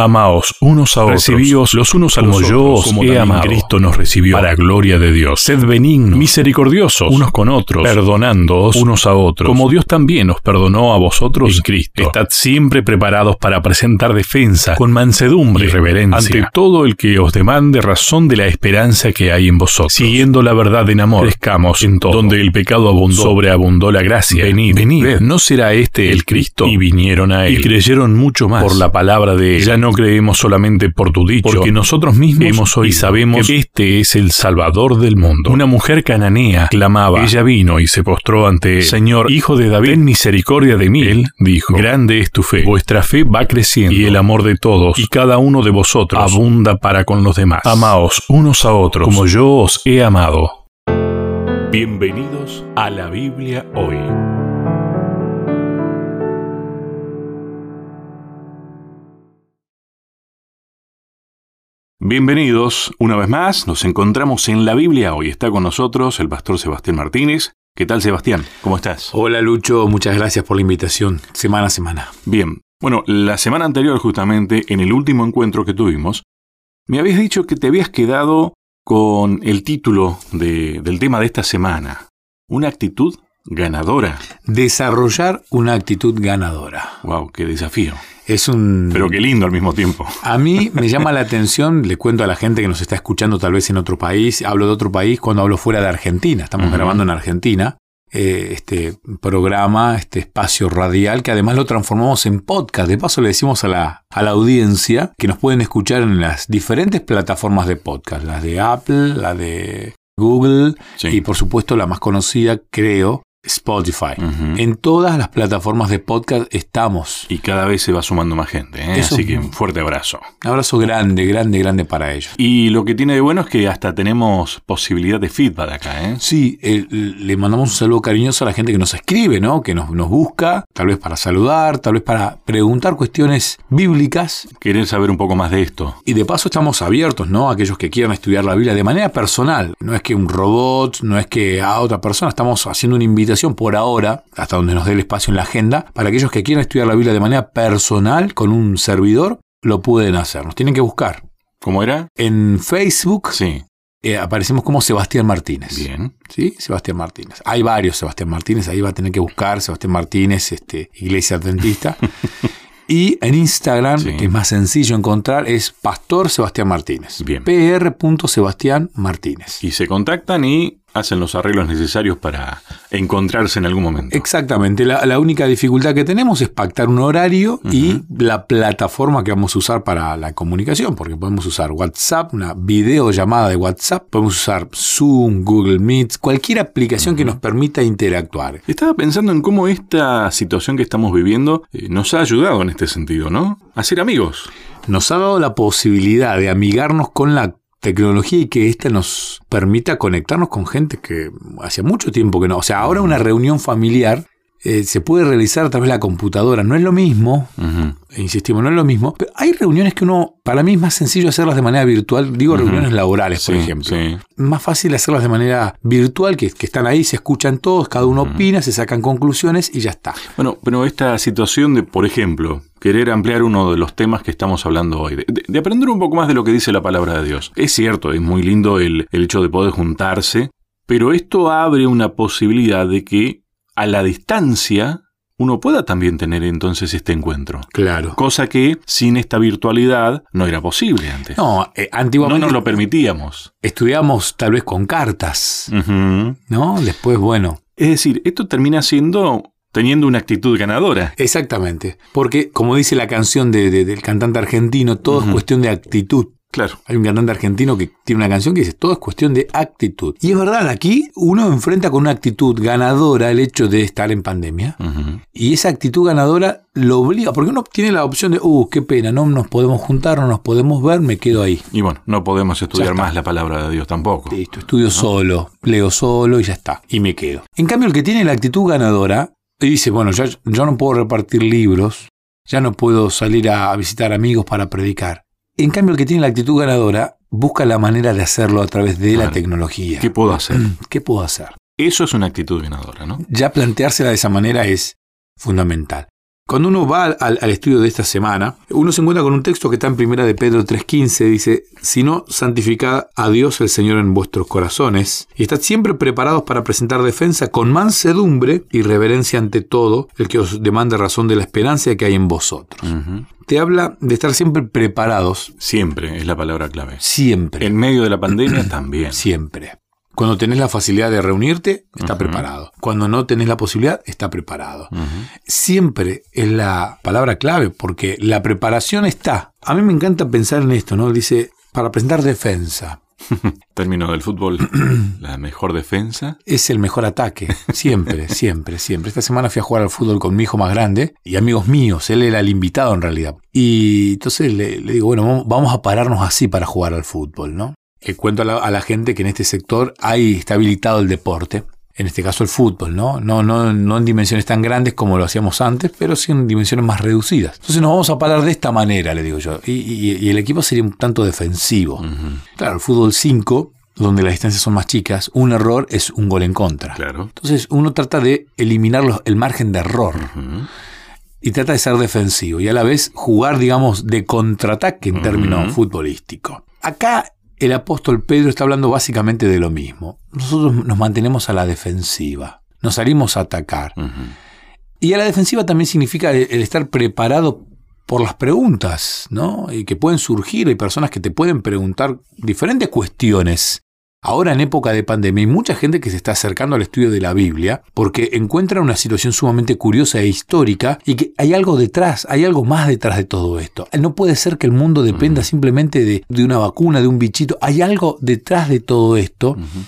Amaos unos a otros. Recibíos los unos a los yo os he amado. Cristo nos recibió para gloria de Dios. Sed benignos, misericordiosos unos con otros, perdonándoos unos a otros, como Dios también os perdonó a vosotros en Cristo. Estad siempre preparados para presentar defensa con mansedumbre y reverencia ante todo el que os demande razón de la esperanza que hay en vosotros. Siguiendo la verdad en amor, crezcamos en todo. Donde el pecado abundó, sobreabundó la gracia. Venid, venid. Ved, ¿No será este el Cristo? Y vinieron a él y creyeron mucho más por la palabra de él. Ya no creemos solamente por tu dicho, porque nosotros mismos hemos oído y sabemos que este es el Salvador del mundo. Una mujer cananea clamaba, ella vino y se postró ante él. Señor, hijo de David, ten misericordia de mí. Él dijo, grande es tu fe, vuestra fe va creciendo y el amor de todos y cada uno de vosotros abunda para con los demás. Amaos unos a otros como yo os he amado. Bienvenidos a la Biblia hoy. Bienvenidos, una vez más, nos encontramos en la Biblia. Hoy está con nosotros el pastor Sebastián Martínez. ¿Qué tal, Sebastián? ¿Cómo estás? Hola, Lucho, muchas gracias por la invitación, semana a semana. Bien, bueno, la semana anterior, justamente, en el último encuentro que tuvimos, me habías dicho que te habías quedado con el título de, del tema de esta semana, una actitud ganadora. Desarrollar una actitud ganadora. ¡Wow! ¡Qué desafío! Es un... Pero qué lindo al mismo tiempo. A mí me llama la atención, le cuento a la gente que nos está escuchando tal vez en otro país, hablo de otro país cuando hablo fuera de Argentina, estamos Ujú. grabando en Argentina, eh, este programa, este espacio radial, que además lo transformamos en podcast, de paso le decimos a la, a la audiencia que nos pueden escuchar en las diferentes plataformas de podcast, las de Apple, la de Google Sí. y por supuesto la más conocida, creo, Spotify. Ujú. En todas las plataformas de podcast estamos. Y cada vez se va sumando más gente, ¿eh? Eso- así que un fuerte abrazo. Un abrazo grande, grande, grande para ellos. Y lo que tiene de bueno es que hasta tenemos posibilidad de feedback acá, ¿eh? Sí, eh, le mandamos un saludo cariñoso a la gente que nos escribe, ¿no? Que nos, nos busca, tal vez para saludar, tal vez para preguntar cuestiones bíblicas. Querer saber un poco más de esto. Y de paso estamos abiertos, ¿no? A aquellos que quieran estudiar la Biblia de manera personal. No es que un robot, no es que a otra persona. Estamos haciendo una invitación por ahora, hasta donde nos dé el espacio en la agenda, para aquellos que quieran estudiar la Biblia de manera personal con un servidor, lo pueden hacer. Nos tienen que buscar. ¿Cómo era? En Facebook Sí. eh, aparecemos como Sebastián Martínez. Bien. ¿Sí? Sebastián Martínez. Hay varios Sebastián Martínez, ahí va a tener que buscar Sebastián Martínez, este, Iglesia Adventista. y en Instagram, Sí. que es más sencillo encontrar, es Pastor Sebastián Martínez. Bien. PR. Sebastián Martínez. Y se contactan y hacen los arreglos necesarios para encontrarse en algún momento. Exactamente, la, la única dificultad que tenemos es pactar un horario y la plataforma que vamos a usar para la comunicación, porque podemos usar WhatsApp, una videollamada de WhatsApp, podemos usar Zoom, Google Meet, cualquier aplicación que nos permita interactuar. Estaba pensando en cómo esta situación que estamos viviendo eh, nos ha ayudado en este sentido, ¿no? A ser amigos. nos ha dado la posibilidad de amigarnos con la tecnología y que ésta nos permita conectarnos con gente que hacía mucho tiempo que no. O sea, ahora Mm. una reunión familiar eh, se puede realizar a través de la computadora. No es lo mismo, e insistimos, no es lo mismo. Pero hay reuniones que uno, para mí es más sencillo hacerlas de manera virtual. Digo, Ujú. reuniones laborales, por Sí, ejemplo sí. más fácil hacerlas de manera virtual, que, que están ahí, se escuchan todos, cada uno opina, se sacan conclusiones y ya está. Bueno, pero esta situación de, por ejemplo, querer ampliar uno de los temas que estamos hablando hoy, de, de- de aprender un poco más de lo que dice la palabra de Dios. Es cierto, es muy lindo el, el hecho de poder juntarse, pero esto abre una posibilidad de que a la distancia uno pueda también tener entonces este encuentro. Claro. Cosa que sin esta virtualidad no era posible antes. No, No, eh, antiguamente nos lo permitíamos. estudiamos tal vez con cartas, Ujú. ¿no? Después, bueno, Es decir, esto termina siendo teniendo una actitud ganadora. Exactamente. Porque, como dice la canción de- de- del cantante argentino, todo es cuestión de actitud. Claro. Hay un cantante argentino que tiene una canción que dice, todo es cuestión de actitud. Y es verdad, aquí uno enfrenta con una actitud ganadora el hecho de estar en pandemia. Ujú. Y esa actitud ganadora lo obliga, porque uno tiene la opción de, uh, qué pena, no nos podemos juntar, no nos podemos ver, me quedo ahí. Y bueno, no podemos estudiar está. más la palabra de Dios tampoco. Listo, Este, estudio solo, leo solo y ya está. Y me quedo. En cambio, el que tiene la actitud ganadora y dice, bueno, ya, yo no puedo repartir libros, ya no puedo salir a, a visitar amigos para predicar. En cambio, el que tiene la actitud ganadora busca la manera de hacerlo a través de la Claro. tecnología. ¿Qué puedo hacer? ¿Qué puedo hacer? Eso es una actitud ganadora, ¿no? Ya planteársela de esa manera es fundamental. Cuando uno va al, al, estudio de esta semana, uno se encuentra con un texto que está en primera de Pedro 3.15, dice, si no, santificad a Dios el Señor en vuestros corazones, y estad siempre preparados para presentar defensa con mansedumbre y reverencia ante todo, el que os demande razón de la esperanza que hay en vosotros. Uh -huh. Te habla de estar siempre preparados. Siempre es la palabra clave. Siempre. En medio de la pandemia también. Siempre. Cuando tenés la facilidad de reunirte, está uh -huh. preparado. Cuando no tenés la posibilidad, está preparado. Uh -huh. Siempre es la palabra clave porque la preparación está. A mí me encanta pensar en esto, ¿no? Dice, para presentar defensa. Término del fútbol, la mejor defensa. Es el mejor ataque, siempre, siempre, siempre. Esta semana fui a jugar al fútbol con mi hijo más grande y amigos míos, él era el invitado en realidad. Y entonces le, le digo, bueno, vamos a pararnos así para jugar al fútbol, ¿no? Eh, cuento a la, a la, gente que en este sector ahí está habilitado el deporte, en este caso el fútbol, ¿no? No, no, no en dimensiones tan grandes como lo hacíamos antes, pero sí en dimensiones más reducidas. Entonces nos vamos a parar de esta manera, le digo yo. Y, y, y el equipo sería un tanto defensivo. Uh -huh. Claro, el fútbol 5 donde las distancias son más chicas, un error es un gol en contra. Claro. Entonces uno trata de eliminar los, el margen de error. Uh -huh y trata de ser defensivo y a la vez jugar, digamos, de contraataque en términos uh -huh. futbolísticos. Acá el apóstol Pedro está hablando básicamente de lo mismo. Nosotros nos mantenemos a la defensiva, nos salimos a atacar. Uh -huh. Y a la defensiva también significa el, el estar preparado por las preguntas, ¿no? Y que pueden surgir, hay personas que te pueden preguntar diferentes cuestiones. Ahora en época de pandemia hay mucha gente que se está acercando al estudio de la Biblia porque encuentra una situación sumamente curiosa e histórica y que hay algo detrás, hay algo más detrás de todo esto. No puede ser que el mundo dependa uh -huh. simplemente de, de, una vacuna, de un bichito. Hay algo detrás de todo esto. Uh Mm. -huh.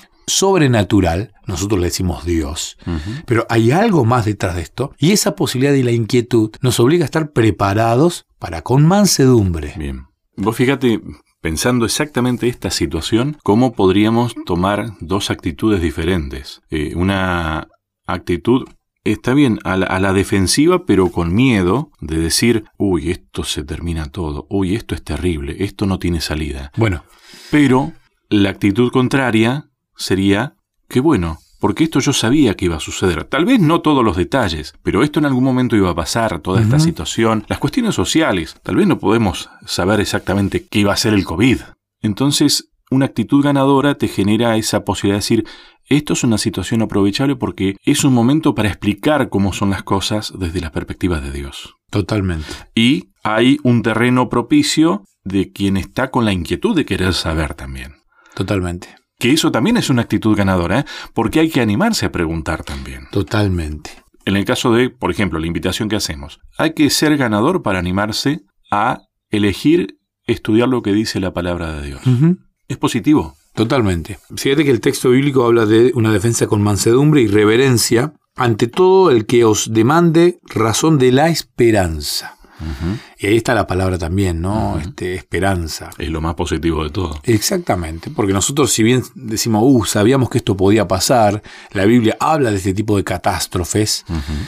sobrenatural, nosotros le decimos Dios, uh -huh. pero hay algo más detrás de esto y esa posibilidad y la inquietud nos obliga a estar preparados para con mansedumbre. Bien, vos fíjate, Pensando exactamente esta situación, ¿cómo podríamos tomar dos actitudes diferentes? Eh, una actitud, está bien, a la, a la, defensiva, pero con miedo de decir, uy, esto se termina todo, uy, esto es terrible, esto no tiene salida. Bueno. Pero la actitud contraria sería, qué bueno, porque esto yo sabía que iba a suceder. Tal vez no todos los detalles, pero esto en algún momento iba a pasar, toda esta uh -huh. situación, las cuestiones sociales, tal vez no podemos saber exactamente qué iba a ser el COVID. Entonces, una actitud ganadora te genera esa posibilidad de decir, esto es una situación aprovechable porque es un momento para explicar cómo son las cosas desde las perspectivas de Dios. Totalmente. Y hay un terreno propicio de quien está con la inquietud de querer saber también. Totalmente que eso también es una actitud ganadora, ¿eh? porque hay que animarse a preguntar también. Totalmente. En el caso de, por ejemplo, la invitación que hacemos, hay que ser ganador para animarse a elegir estudiar lo que dice la palabra de Dios. Uh -huh. Es positivo. Totalmente. Fíjate que el texto bíblico habla de una defensa con mansedumbre y reverencia ante todo el que os demande razón de la esperanza. Uh -huh. Y ahí está la palabra también, ¿no? Uh -huh. este, esperanza. Es lo más positivo de todo. Exactamente, porque nosotros si bien decimos, uh, sabíamos que esto podía pasar, la Biblia habla de este tipo de catástrofes, uh -huh.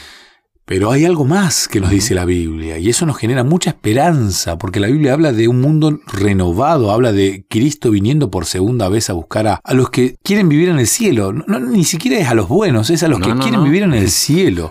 pero hay algo más que nos dice la Biblia, y eso nos genera mucha esperanza, porque la Biblia habla de un mundo renovado, habla de Cristo viniendo por segunda vez a buscar a, a los que quieren vivir en el cielo, no, no, ni siquiera es a los buenos, es a los no, que quieren vivir en el cielo.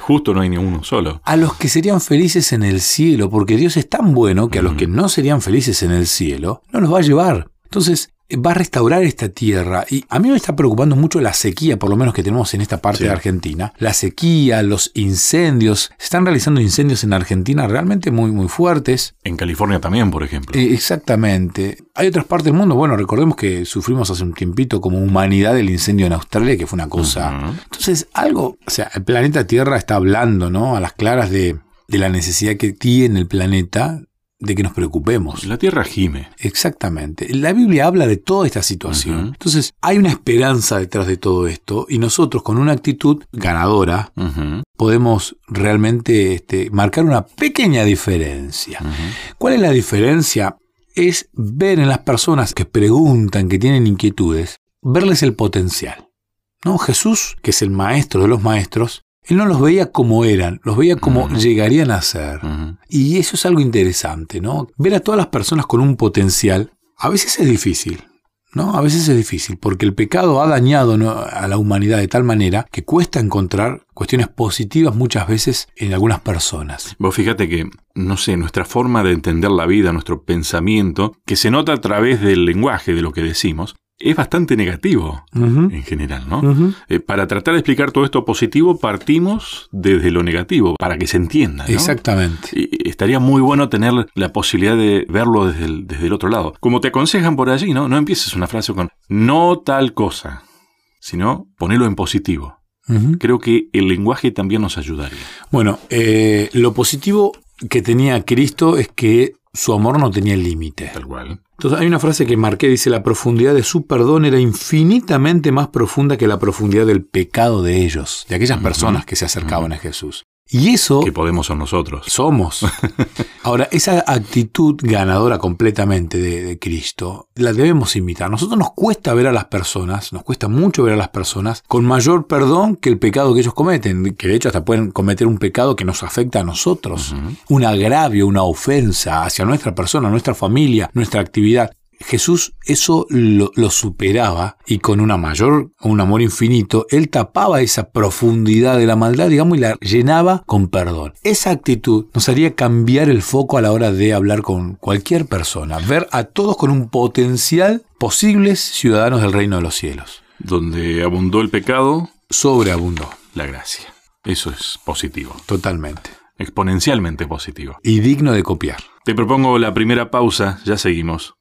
Justo no hay ni uno solo. A los que serían felices en el cielo, porque Dios es tan bueno que a los que no serían felices en el cielo, no los va a llevar. Entonces, eh, va a restaurar esta tierra. Y a mí me está preocupando mucho la sequía, por lo menos que tenemos en esta parte sí. de Argentina. La sequía, los incendios. Se están realizando incendios en Argentina realmente muy, muy fuertes. En California también, por ejemplo. Eh, exactamente. Hay otras partes del mundo. Bueno, recordemos que sufrimos hace un tiempito como humanidad el incendio en Australia, que fue una cosa. Uh -huh. Entonces, algo. O sea, el planeta Tierra está hablando, ¿no? A las claras de, de la necesidad que tiene el planeta de que nos preocupemos. La tierra gime. Exactamente. La Biblia habla de toda esta situación. Uh -huh. Entonces, hay una esperanza detrás de todo esto y nosotros con una actitud ganadora uh -huh. podemos realmente este, marcar una pequeña diferencia. Uh -huh. ¿Cuál es la diferencia? Es ver en las personas que preguntan, que tienen inquietudes, verles el potencial. ¿No? Jesús, que es el maestro de los maestros, él no los veía como eran, los veía como uh -huh. llegarían a ser. Uh -huh. Y eso es algo interesante, ¿no? Ver a todas las personas con un potencial, a veces es difícil. ¿no? A veces es difícil, porque el pecado ha dañado ¿no? a la humanidad de tal manera que cuesta encontrar cuestiones positivas muchas veces en algunas personas. Vos fíjate que, no sé, nuestra forma de entender la vida, nuestro pensamiento, que se nota a través del lenguaje, de lo que decimos, es bastante negativo uh -huh. en general, ¿no? Uh -huh. eh, para tratar de explicar todo esto positivo, partimos desde lo negativo, para que se entienda. ¿no? Exactamente. Y estaría muy bueno tener la posibilidad de verlo desde el, desde el otro lado. Como te aconsejan por allí, ¿no? No empieces una frase con no tal cosa, sino ponelo en positivo. Uh -huh. Creo que el lenguaje también nos ayudaría. Bueno, eh, lo positivo que tenía Cristo es que su amor no tenía límite. Tal cual. Entonces hay una frase que marqué, dice, la profundidad de su perdón era infinitamente más profunda que la profundidad del pecado de ellos, de aquellas personas que se acercaban a Jesús. Y eso... Que podemos son nosotros. Somos. Ahora, esa actitud ganadora completamente de, de, Cristo, la debemos imitar. Nosotros nos cuesta ver a las personas, nos cuesta mucho ver a las personas con mayor perdón que el pecado que ellos cometen, que de hecho hasta pueden cometer un pecado que nos afecta a nosotros, uh -huh. un agravio, una ofensa hacia nuestra persona, nuestra familia, nuestra actividad. Jesús eso lo, lo, superaba y con una mayor, un amor infinito, él tapaba esa profundidad de la maldad, digamos, y la llenaba con perdón. Esa actitud nos haría cambiar el foco a la hora de hablar con cualquier persona, ver a todos con un potencial posibles ciudadanos del reino de los cielos. Donde abundó el pecado, sobreabundó la gracia. Eso es positivo. Totalmente. Exponencialmente positivo. Y digno de copiar. Te propongo la primera pausa, ya seguimos.